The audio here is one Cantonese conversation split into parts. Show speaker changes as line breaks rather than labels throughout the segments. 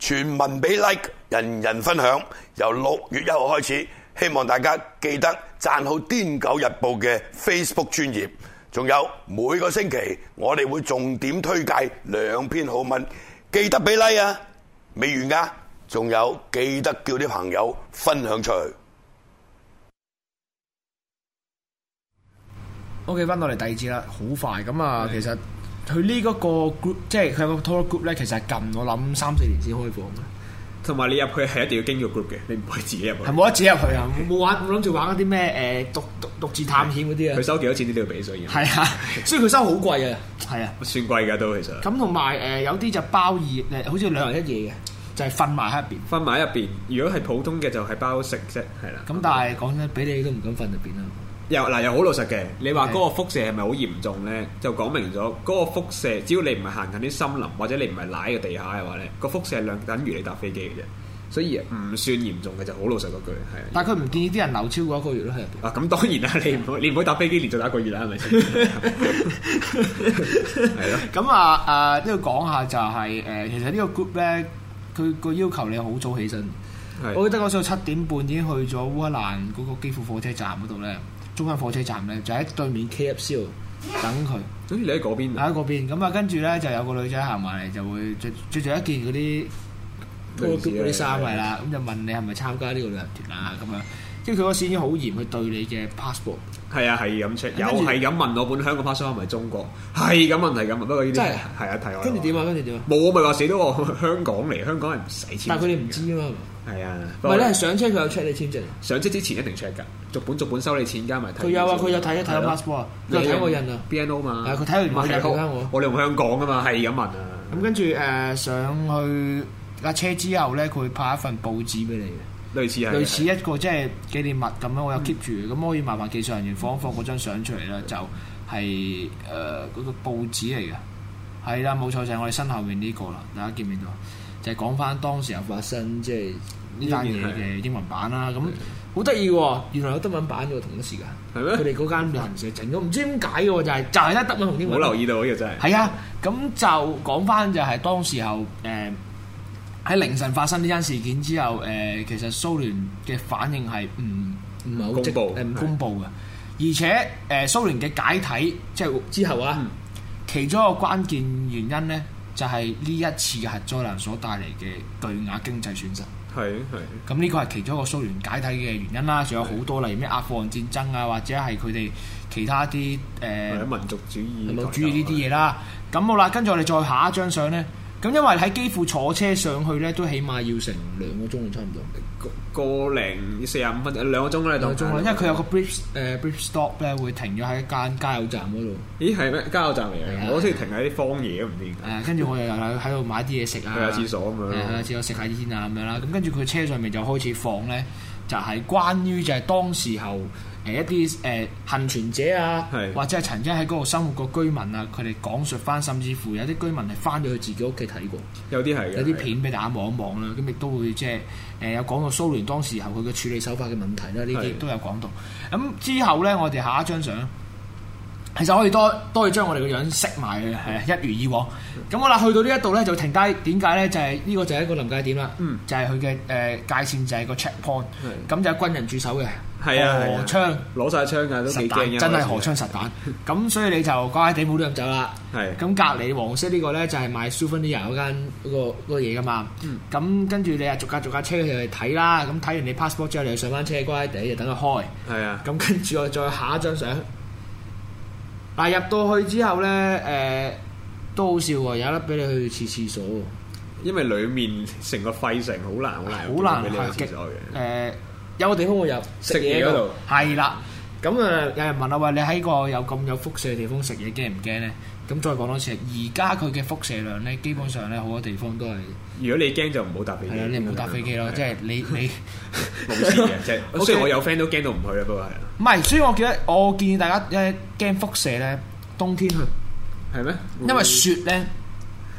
全民俾 like，人人分享。由六月一號開始，希望大家記得讚好《癲狗日報》嘅 Facebook 專頁。仲有每個星期我哋會重點推介兩篇好文，記得俾 like 啊！未完㗎，仲有記得叫啲朋友分享出去。
OK，翻到嚟第二節啦，好快咁啊！其實佢呢嗰個 group，即係佢有個 total group 咧，其實係近我諗三四年先開放嘅，
同埋你入去係一定要經過 group 嘅，你唔可以自己入去
係。冇得自己入去啊！冇玩冇諗住玩嗰啲咩誒獨獨獨自探險嗰啲
佢
啊，
收幾多錢你都要俾，所以
係啊， 所以佢收好貴啊，係啊。
算貴㗎都其實。
咁同埋誒有啲就包二誒，好似兩人一夜嘅，就係瞓埋喺入邊。
分埋入邊，如果係普通嘅就係包食啫，係啦。
咁但係講真，俾你都唔敢瞓入邊啦。
又嗱又好老實嘅，你話嗰個輻射係咪好嚴重呢？就講明咗嗰、個輻射，只要你唔係行緊啲森林或者你唔係舐個地下嘅話呢，個輻射係量等於你搭飛機嘅啫，所以唔算嚴重嘅就好老實嗰句係啊。
但係佢唔建議啲人留超過一個月咯喺入邊。
啊咁當然啦，你唔好你唔好搭飛機連續打一個月啦，係咪 先？係咯，
咁啊誒都要講下就係、誒，其實呢個 group 咧，佢個要求你好早起身。
係
我記得嗰時候七點半已經去咗烏克蘭嗰個基輔火車站嗰度咧，中間火車站咧就喺對面 KFC 度等佢。
好似你喺嗰邊啊，
喺嗰邊咁啊，跟住咧就有個女仔行埋嚟，就會着著住一件嗰啲
類似啊
group 嗰啲衫
嘅
嚟啦，咁就問你係咪參加呢個旅行團啊咁樣。即係佢嗰時已經好嚴，佢對你嘅 passport，
係啊係咁 check，又
跟住
係咁問我本香港 passport 係咪中國，係咁問係咁問，不過呢啲
真係
係啊題外話
跟住點啊？跟住點啊？
冇，我咪話死都話香港嚟，香港人唔使簽證嘅。
但係佢哋唔知啊嘛，
係啊，
唔係咧，上車佢有 check 你簽證，啊
上職之前一定 check 㗎，逐本逐本收你錢加埋睇。
佢有啊，佢有睇一睇個 passport，啊佢有睇我印啊。
，BNO 嘛。
係佢睇完我印佢睇我
我哋用香港㗎嘛，係咁問啊。
咁跟住誒上去架車之後咧，佢會派一份報紙俾你嘅，
類似係。嗯
類似一個即係紀念物咁樣，我有 keep 住嘅。咁可以麻煩技術人員放一放嗰張相出嚟啦，就係誒呃嗰個報紙嚟嘅，係啦，冇錯就係我哋身後面呢個啦，大家見唔見到？就係講翻當時有發生即係呢單嘢嘅英文版啦，咁好得意喎！原來有德文版嘅喎同一時間，
係咩
佢哋嗰間旅行社整咗，唔知點解嘅喎，就係就係得德文同英
冇
文。
留意到呢個真係。
係啊，咁就講翻就係當時候誒喺、凌晨發生呢單事件之後，誒、其實蘇聯嘅反應係唔唔係好即
公佈
誒唔
係
公佈嘅，而且誒、蘇聯嘅解體即係之後啊，
嗯
其中一個關鍵原因呢，就係呢一次嘅核災難所帶嚟嘅巨額經濟損失。
係係。
咁呢個係其中一個蘇聯解體嘅原因啦，仲有好多例如咩阿富汗戰爭啊，或者係啊佢哋其他啲誒。
係民族主義。啊
係冇注意呢啲嘢啦。咁好啦，跟住我哋再下一張相咧。咁因為喺基輔坐車上去咧，都起碼要成兩個鐘差唔多，
個零四十五分鐘，兩個鐘啦，
兩
你當
個鐘啦。因為佢有個 brief 誒、brief stop 咧，會停咗喺一間加油站嗰度。
咦係咩？加油站嚟
係啊
嘅，我好似停喺啲荒野都唔知點解。
誒，跟住我又喺喺度買啲嘢食啊，
去下廁所咁樣
誒去下廁所食下煙啊咁樣啦。咁跟住佢車上面就開始放咧，就係關於就係當時候誒一啲誒幸存者啊
係，
或者係曾經喺嗰度生活過居民啊，佢哋講述翻，甚至乎有啲居民係翻咗去自己屋企睇過。
有啲係嘅。
有啲片俾大家望一望啦，咁亦都會即係誒有講到蘇聯當時候佢嘅處理手法嘅問題啦，呢啲
係
都有講到。咁之後呢，我哋下一張相，其實可以多多去將我哋嘅樣熄埋嘅，係啊一如以往。咁好啦，去到呢一度呢，就停低，點解呢？就係、呢個就係一個臨界點啦，
嗯
就係佢嘅誒界線就係個 checkpoint，
係
咁就有軍人駐守嘅，
係啊係啊
荷槍。
攞晒槍㗎，都
實
幾
彈
驚嘅。
真係
開始
荷槍實彈，咁所以你就乖乖地冇得飲酒啦。
係
咁隔離黃色呢個咧就係賣 souvenir 嗰間嗰個嗰個嘢噶嘛。咁跟住你啊逐架逐架車去睇啦，咁睇完你 passport 之後，你就上翻車乖乖地就等佢開。
係啊。
咁跟住我再下一張相。嗱入到去之後咧，誒、都好笑喎，有得俾你去廁廁所喎。
因為裡面成個費城好難好難
好
有地
難
方俾你
係
去
極
廁所嘅。
誒有個地方我入
食嘢嗰度，
係啦。咁啊，呃有人問啊，喂，你喺個有咁有輻射嘅地方食嘢驚唔驚呢？咁再講多次，而家佢嘅輻射量呢，基本上呢，好多地方都係
如果你驚就唔好搭飛機。
係啊，你唔好搭飛機咯，即係你你
冇事嘅， 即係
OK
雖然我有 friend 都驚到唔去啦，不過係啊
唔係，所以我記得我建議大家誒驚輻射呢，冬天去，
係咩？
因為雪呢，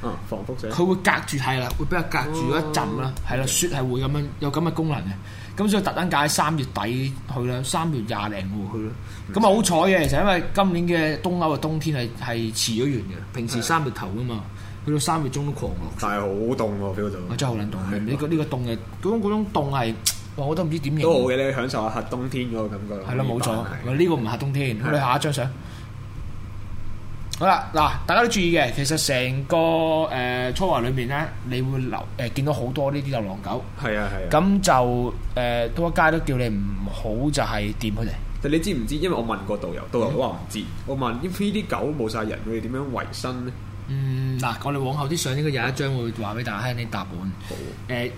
嗯防輻射
佢會隔住係啦，會比較隔住一陣
哦
啦，係啦，雪係會咁樣有咁嘅功能嘅。咁所以特登揀喺三月底去啦，三月廿零號去啦。
嗯
咁啊好啊彩嘅，其實因為今年嘅東歐嘅冬天係係遲咗完嘅，平時三月頭噶嘛。去到三月中都狂落雪，
但係好凍喎 feel
我
到。
真係好撚凍。呢個呢個凍嘅嗰種嗰種凍係，哇！我都唔知點形
都好
容。
嘅，你享受下冬天嗰個感覺。
係咯，冇錯。
係
呢個唔係冬天，
係
我哋下一張相。好啦，嗱，大家都注意嘅，其實成個誒、呃、初華裏面咧，你會留誒、呃、見到好多呢啲流浪狗，
係啊係啊。
咁就誒、呃、多街都叫你唔好就係掂佢哋。
但你知唔知？因為我問過導
嗯
遊，導遊都話唔知。我問呢啲狗冇晒人，佢哋點樣維生咧？
嗯，嗱，我哋往後啲相應該有一張會話俾大家聽啲答案。
好
誒、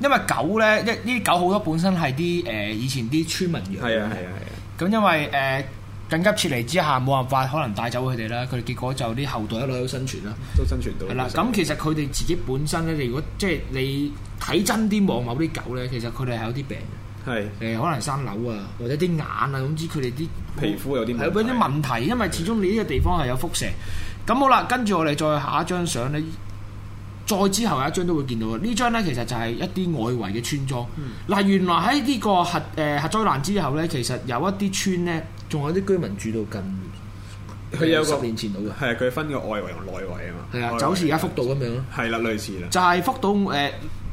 因為狗咧，一呢啲狗好多本身係啲誒以前啲村民養嘅。
係啊係啊係啊。
咁因為誒、呃、緊急撤離之下，冇辦法可能帶走佢哋啦，佢哋結果就啲後代一路喺度生存啦。
都生存到。
係啦，咁其實佢哋自己本身咧，如果即係你睇真啲望某啲狗咧，其實佢哋係有啲病嘅，
係
誒、可能生瘤啊，或者啲眼啊，總之佢哋啲
皮膚有啲
係有
問題
啲問題，因為始終你呢個地方係有輻射。咁好啦，跟住我哋再下一張相咧，再之後有一張都會見到嘅。呢張咧其實就係一啲外圍嘅村莊。
嗯
嗱、原來喺呢個核誒、呃核災難之後咧，其實有一啲村咧，仲有啲居民住到近
佢有個
十年前到嘅，
係啊佢分個外圍同內圍啊嘛。
係
外
啊，
圍
就好似而家福島咁樣咯。
係啦，類似啦。
就係福島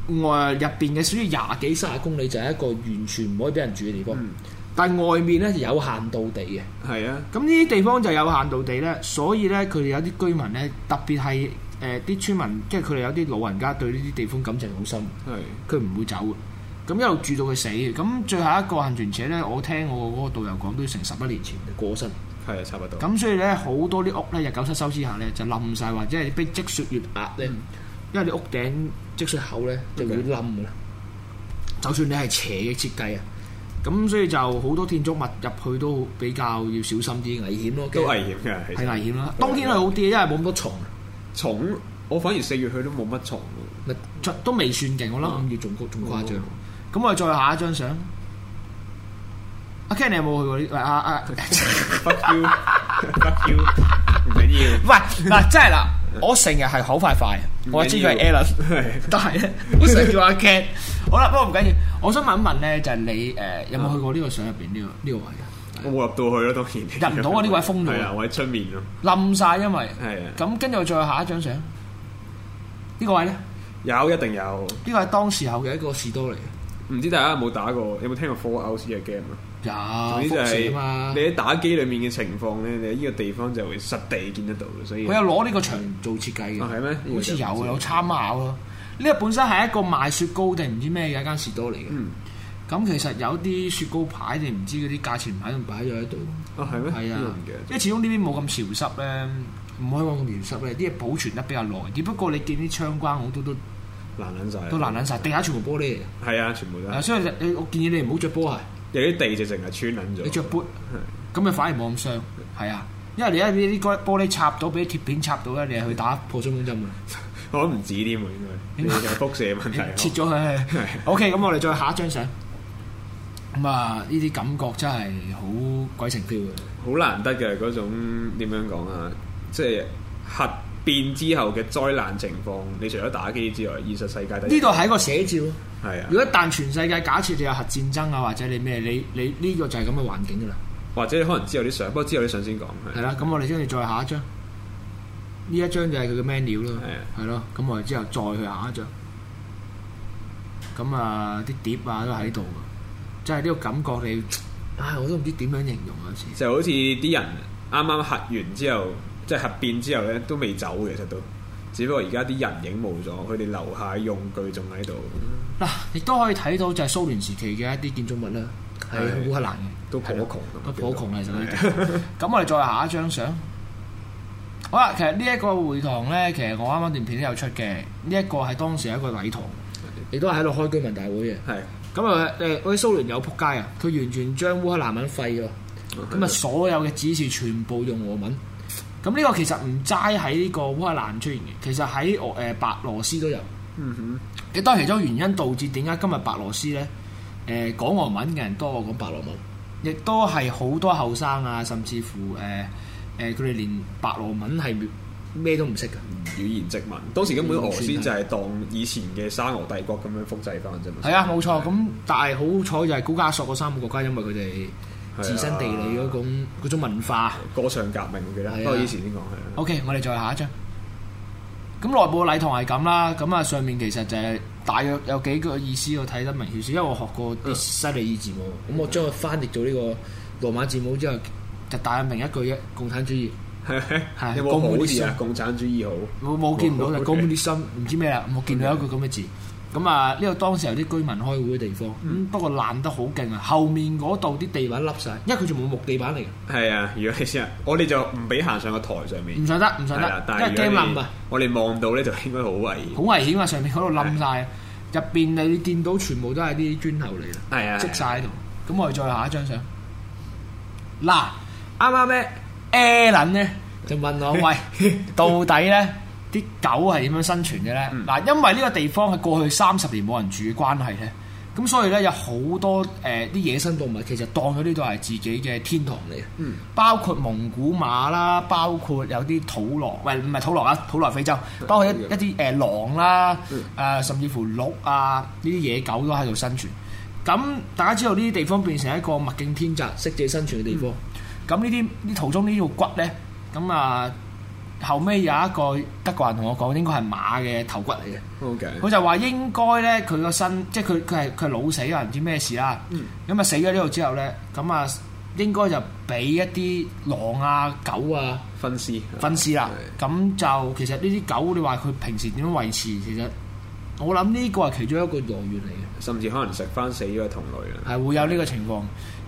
誒外入邊嘅，所以廿幾三十公里就係一個完全唔可以俾人住嘅地方。
嗯
但係外面咧就有限度地嘅，
係啊，
咁呢啲地方就有限度地咧，所以咧佢哋有啲居民咧，特別係誒啲村民，即係佢哋有啲老人家對呢啲地方感情好深，
係
佢唔會走嘅。咁一路住到佢死嘅，咁最後一個幸存者咧，我聽我嗰個導遊講都要成十一年前過身。
係啊，差不多。
咁所以咧，好多啲屋咧，日久失修之下咧，就冧晒，或者係俾積雪越壓咧，
嗯
因為你屋頂積雪厚咧，就會冧噶啦。就算你係斜嘅設計啊，咁所以就好多建築物入去都比較要小心啲，危險咯。
都危險嘅，其
係
實
危險啦。冬天係好啲嘅，因為冇咁多蟲，
蟲，我反而四月去都冇乜蟲喎。
咪都未算勁。我
啊
諗五月仲高仲誇張
哦。
咁我哋再下一張相。阿 Ken 你有冇去過呢？喂啊 啊！
Fuck you，fuck you，唔緊要。
喂嗱，真係啦，我成日係口快快，我知佢係 Alan。
係
但係咧，好想叫阿 Cat。好啦，不過唔緊要，我想問一問咧，就係你誒有冇去過呢個相入邊呢個啊呢
我冇入到去咯，當然
入唔到啊呢位封路
係啊，我喺出面咯。
個位啊？冧晒，因為
係啊，
咁跟住我再下一張相，呢個位咧，呢
有一定有。
個係當時候嘅一個士多嚟嘅，
唔知大家有冇打過？有冇聽過 Four Hours 嘅 game 啊？
有
總之就
輻射
係
啊嘛
你。喺打機裡面嘅情況咧，你喺呢個地方就會實地見得到嘅，所以
佢有攞呢個場做設計嘅，
啊係咩
好似有啊，有參考咯。呢個本身係一個賣雪糕定唔知咩嘅一間士多嚟嘅。
嗯
咁其實有啲雪糕牌定唔知嗰啲價錢牌都擺咗喺度。
啊係咩？
係啊
呢個唔記得，
因為始終呢邊冇咁潮濕咧，唔可以講咁潮濕咧，啲嘢保存得比較耐。只不過你見啲窗關好多都
難撚晒，啊
都爛撚晒，地下全部玻璃嚟
係啊，全部都
嘅。啊
係
所以你我建議你唔好着波鞋，
有啲地就成日穿撚咗。
你着 boot，咁咪反而冇咁傷。係啊，因為你一俾啲玻璃插到，俾啲鐵片插到咧，你係去打破傷風針啊嘅，
我都唔止添喎，啊應該你係輻射問題。啊
切咗佢。OK，咁我哋再下一張相。咁啊，呢啲感覺真係好鬼情飄嘅。
好難得嘅嗰種點樣講啊？即係核變之後嘅災難情況，你除咗打機之外，現實世界第一
呢度係一個寫照咯。
係啊
如，果一旦全世界假設你有核戰爭啊，或者你咩，你你呢個就係咁嘅環境㗎啦。
或者可能之後啲相，不過之後啲相先講
係
係啊
啦，咁我哋跟住再下一張，呢一張就係佢嘅 menu 咯，
係啊
係咯，咁我哋之後再去下一張，咁啊啲碟啊都喺度㗎，真係呢個感覺你，唉，我都唔知點樣形容啊，有時
就好似啲人啱啱核完之後，即係核變之後咧，都未走嘅，其實都。只不過而家啲人影冇咗，佢哋留下嘅用具仲喺度，
嗱，亦都可以睇到就係蘇聯時期嘅一啲建築物啦，係
係
烏克蘭嘅，
都頗
係啦
窮咁
都 頗窮啦，其實呢啲
係
咁我哋再下一張相。好啦，其實呢一個會堂呢，其實我啱啱段片都有出嘅，呢、一個係當時係一個禮堂，亦都係喺度開居民大會嘅。
係
咁啊誒，我啲蘇聯有仆街啊，佢完全將烏克蘭文廢咗，咁啊所有嘅指示全部用俄文。咁呢個其實唔齋喺呢個烏克蘭出現嘅，其實喺俄誒白羅斯都有。
嗯
亦都係其中原因導致點解今日白羅斯呢？誒、講俄文嘅人多過講白羅文，亦都係好多後生啊，甚至乎誒誒佢哋連白羅文係咩都唔識嘅。
哼，語言殖民，當時根本俄羅斯就
啊
係當以前嘅沙俄帝國咁樣複製翻啫嘛。
係啊，冇錯。咁但係好彩就係高加索嗰三個國家，因為佢
係啊
哋自身地理嗰種嗰種文化。
歌唱革命，我記得，
係啊
不過以前先講係啊。
OK，我哋再下一張。咁內部嘅禮堂係咁啦，咁啊上面其實就係大約有幾個意思我睇得明少少，因為我學過啲西里爾字母，咁、我將佢翻譯做呢個羅馬字母之後，就大約明一句啫，共產主義。係
啊 有冇好字啊？共產主義好，
冇冇見唔到
冇
就
哦 OK
高啲心，唔知咩啦。我見到一個咁嘅字。咁啊，呢個當時有啲居民開會嘅地方，咁
嗯
不過爛得好勁啊！後面嗰度啲地板凹晒，因為佢仲冇木地板嚟嘅，
係啊！如果你先，我哋就唔俾行上個台上面
唔，上得，唔上
嗯係啦
得，
但
因為
係
驚
如果
冧
你
啊，
我哋望到咧就應該好危險
好。危險啊！上面嗰度冧晒，入邊你見到全部都係啲磚頭嚟啦。
係啊，
積晒喺度。咁我哋再下一張相。嗱
啱啱咧，
，Alan 咧就問 我：喂，到底咧啲狗係點樣生存嘅咧？
嗯
嗱、因為呢個地方係過去三十年冇人住嘅關係咧，咁所以咧有好多誒啲、野生動物其實當咗呢度係自己嘅天堂嚟嘅，
嗯
包括蒙古馬啦，包括有啲土狼，喂唔係土狼啊，土狼非洲，包括一一啲誒、呃狼啦，誒、
嗯
甚至乎鹿啊呢啲野狗都喺度生存。咁大家知道呢啲地方變成一個物競天擇、適者生存嘅地方。咁呢啲呢途中呢條骨呢，咁啊後尾有一個德國人同我講，應該係馬嘅頭骨嚟嘅。
OK，
佢就話應該呢，佢個身即係佢佢係佢係老死啊，唔知咩事啦。
嗯
咁啊死咗呢度之後呢，咁啊應該就俾一啲狼啊、狗啊
分屍，
分屍啦。咁就其實呢啲狗，你話佢平時點樣維持？其實我諗呢個係其中一個來源嚟嘅。
甚至可能食翻死咗嘅啊同類啦。
係會有呢個情況。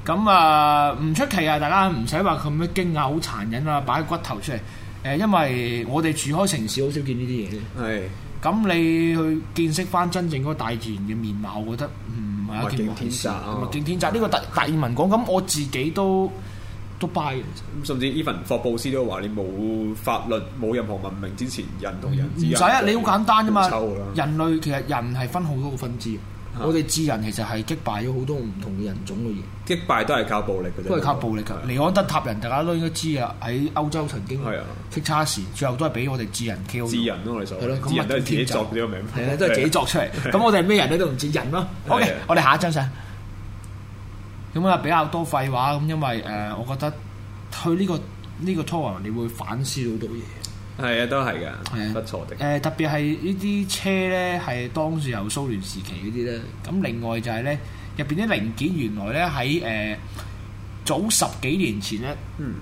咁啊，唔出奇啊！大家唔使話咁樣驚訝、好殘忍啊，擺骨頭出嚟。誒、因為我哋住開城市，好少見呢啲嘢。
係
咁你去見識翻真正嗰個大自然嘅面貌，我覺得唔係一件
物競天擇啊
物競天擇呢個大大文講，咁我自己都都 buy 嘅。
咁甚至 even 霍布斯都話你冇法律冇任何文明之前，人同人之
唔
間
使啊，你好簡單啫嘛
互抽㗎啦。
人類其實人係分好多個分支，
啊
我哋智人其實係擊敗咗好多唔同嘅人種嘅嘢。
擊敗都係靠暴力嘅啫，
都係靠暴力㗎。尼安德塔人大家都應該知啊，喺歐洲曾經
係啊
剔叉時，最後都係俾我哋智人 KO 咗。
智人咯，我哋所
係咯咁
謂智人都係自己作
物競
呢個名，
係啊，都係自己作出嚟。咁我哋係咩人咧都唔知人咯。
係啊
OK，我哋下一張相。咁啊，比較多廢話咁，因為誒、呃我覺得去呢、個呢、個 tour 你會反思到好多嘢。
係啊，都係
係啊
㗎，不錯的
誒、。特別係呢啲車咧，係當時由蘇聯時期嗰啲咧。咁另外就係咧，入邊啲零件原來咧喺誒早十幾年前咧，
嗯，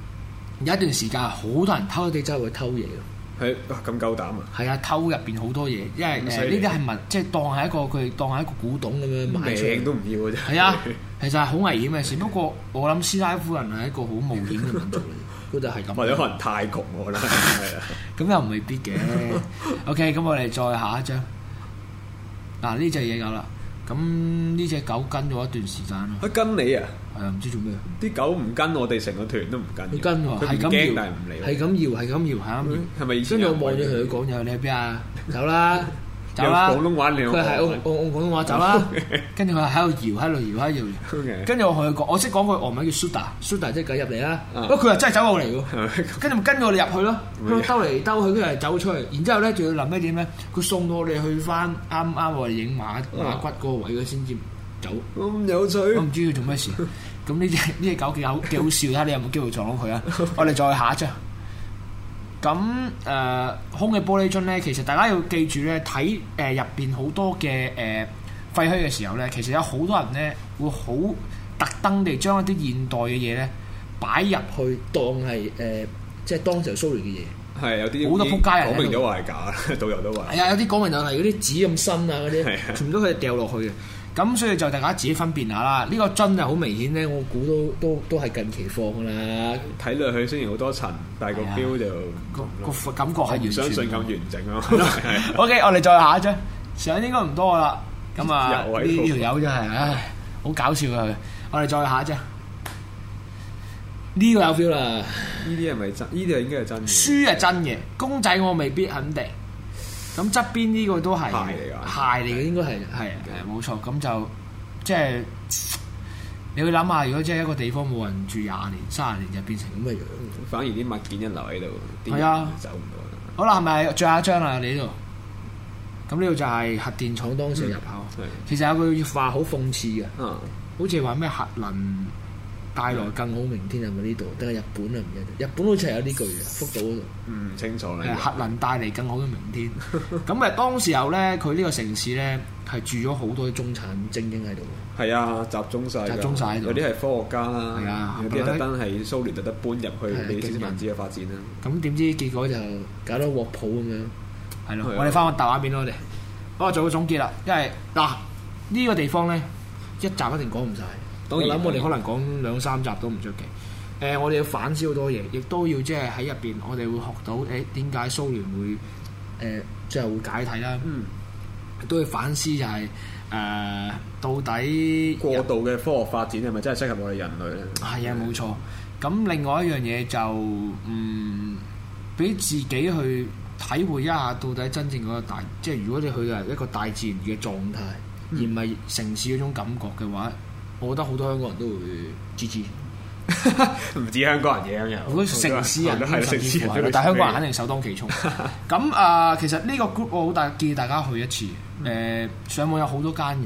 有一段時間係好多人偷地周去偷嘢咯。
係哇咁夠膽啊！
係啊，偷入邊好多嘢，因為誒呃
咁犀
呢
利
啲係文，即係當係一個佢當係一個古董咁樣賣出
命
嚟。
都唔要嘅啫。
係啊，其實係好危險嘅事。不過我諗斯拉夫人係一個好冒險嘅民族嚟，佢就 係咁。
或者可能太窮我 啦，係啊，
咁又唔未必嘅。OK，咁我哋再下一張。嗱呢只嘢狗啦，咁呢只狗跟咗一段時間啦，
佢跟你啊！
係啊，唔知做咩，
啲狗唔跟我哋，成個團都唔跟嘅。
佢跟喎，
佢
係
唔驚
咁搖
但係唔理，我。
係咁搖，係咁搖，係咁搖。
係咪以前
跟住
有
我望住佢講嘢，你喺邊啊？走 啦，走啦！
用廣東話你用
佢係
廣東
我
話
我我廣東話走 啦。跟住佢喺度搖，喺度搖，喺度搖。
OK
跟住我同佢講，我識講句俄文叫 Suda，Suda 即係入嚟啦。
啊
不過佢又真係走過嚟喎。
係咪
跟住咪跟住我哋入去咯，
咩
佢兜嚟兜去，跟住又走出去。然之後咧，仲要臨尾點咧？佢送我哋去翻啱啱我哋影
啊
馬馬骨嗰個位，佢先至走。
咁有趣？
我唔知佢做咩事。咁呢只 呢只狗幾好幾好笑，睇下你有冇機會撞到佢 啊！我哋再下一張。咁誒、呃空嘅玻璃樽咧，其實大家要記住咧，睇誒入邊好多嘅誒、呃、廢墟嘅時候咧，其實有好多人咧會好特登地將一啲現代嘅嘢咧擺入去當係誒、呃即係當時蘇聯嘅嘢。
係有啲
好多仆街啊人喺度
講明咗話係假 啦，導遊都話
係啊，有啲講明就係嗰啲紙咁新啊，嗰
係
啲
啊
全部都佢掉落去嘅。咁所以就大家自己分辨下啦。呢、個樽係好明顯咧，我估都都都係近期放噶啦，
睇落去雖然好多塵，但係個
係啊
feel 就
個個感覺係
我
完
唔
全
相信咁完 整啊咯。係
O、k 我哋再下一張相應該唔多啦。咁啊，
又係
呢條友真係唉，好搞笑啊佢。我哋再下一張，呢、個有 feel 啦。
呢啲係咪真？呢啲係應該係真嘅。
書係真嘅，公仔我未必肯定。咁側邊呢個都係
鞋嚟㗎嗯
鞋嚟嘅應該係係係冇錯。咁就即係你會諗下，如果即係一個地方冇人住廿年、三十年，就變成咁嘅樣。
反而啲物件一留喺度，啲
係啊
人走唔到啦。
好啦，係咪最後一張啦？你呢度咁呢度就係核電廠當時嘅
嗯
入口。
係
其實有句話好諷刺嘅，
啊，
好似話咩核能帶來更好明天係咪呢度？定係日本啊？唔記得，日本好似係有呢句嘅，福島嗰度。
唔清楚
誒
啦。
核能帶嚟更好嘅明天。咁誒當時候咧，佢呢個城市咧係住咗好多中產精英喺度。
係啊，集中晒㗎，
集中晒喺度
有啲係科學家啦，
係啊
有啲係特登係蘇聯特登搬入去俾斯曼茲嘅發展啦。
咁點知結果就搞到鑊泡咁樣。係咯
係啊，
我哋翻個大畫面咯，我哋。我做個總結啦，因為嗱呢個地方咧一集一定講唔晒。
當然
我諗我哋可能講兩三集都唔出奇。誒、我哋要反思好多嘢，亦都要即係喺入邊，我哋會學到誒點解蘇聯會誒、最後會解體啦，
嗯，
都要反思就係、誒、到底
過度嘅科學發展係咪真係適合我哋人類咧？
係啊，冇錯。咁另外一樣嘢就嗯，俾自己去體會一下到底真正嗰個大，即係如果你去到一個大自然嘅狀態，而唔係城市嗰種感覺嘅話，我覺得好多香港人都會支持。
唔止香港人嘅咁樣，
好多城市人
哦都
都甚
係城
至
市人
乎
都會
係，但係香港人肯定首當其 衝。咁啊、其實呢個 group 我好大建議大家去一次。誒、
嗯
上網有好多間嘅，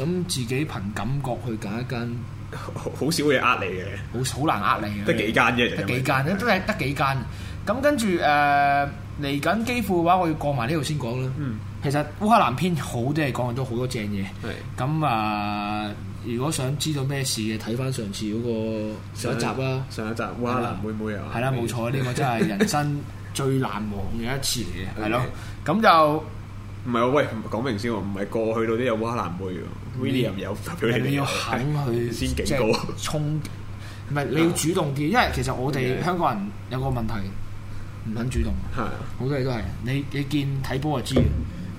咁自己憑感覺去揀一間，
好好少會呃你嘅，
好好難呃你嘅。
得幾間啊嗯啫，
得幾間，都係得幾間。咁跟住誒嚟緊基輔嘅話，我要過埋呢度先講啦。
嗯，
其實烏克蘭篇好多嘢講，都好多正嘢。
係
咁啊、如果想知道咩事嘅，睇翻上次嗰個上一集啦。
上一集哇啦妹妹啊，
係啦，冇錯，呢個真係人生最難忘嘅一次嚟嘅， 係咯
OK。
咁就
唔係喎，喂，講明先喎，唔係個個去到都有烏克蘭妹喎，William 有發表你
你要肯去
先
即
警
係
告，啊
衝，唔係你要主動啲，因為其實我哋
OK
香港人有個問題，唔肯主動。
係啊
好多嘢都係，你你見睇波就知嘅，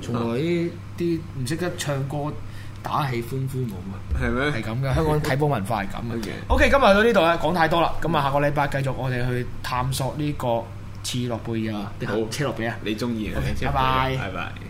從
啊
來呢啲唔識得唱歌打氣歡呼舞啊，
係
係
咩？
咁 嘅。香港睇波文化係咁嘅
OK。
OK，今日到呢度啦，講太多啦。咁啊，下個禮拜繼續我哋去探索呢個切爾諾貝爾啊，
好
切爾諾貝爾啊。
你中意啊
OK，拜拜
拜拜。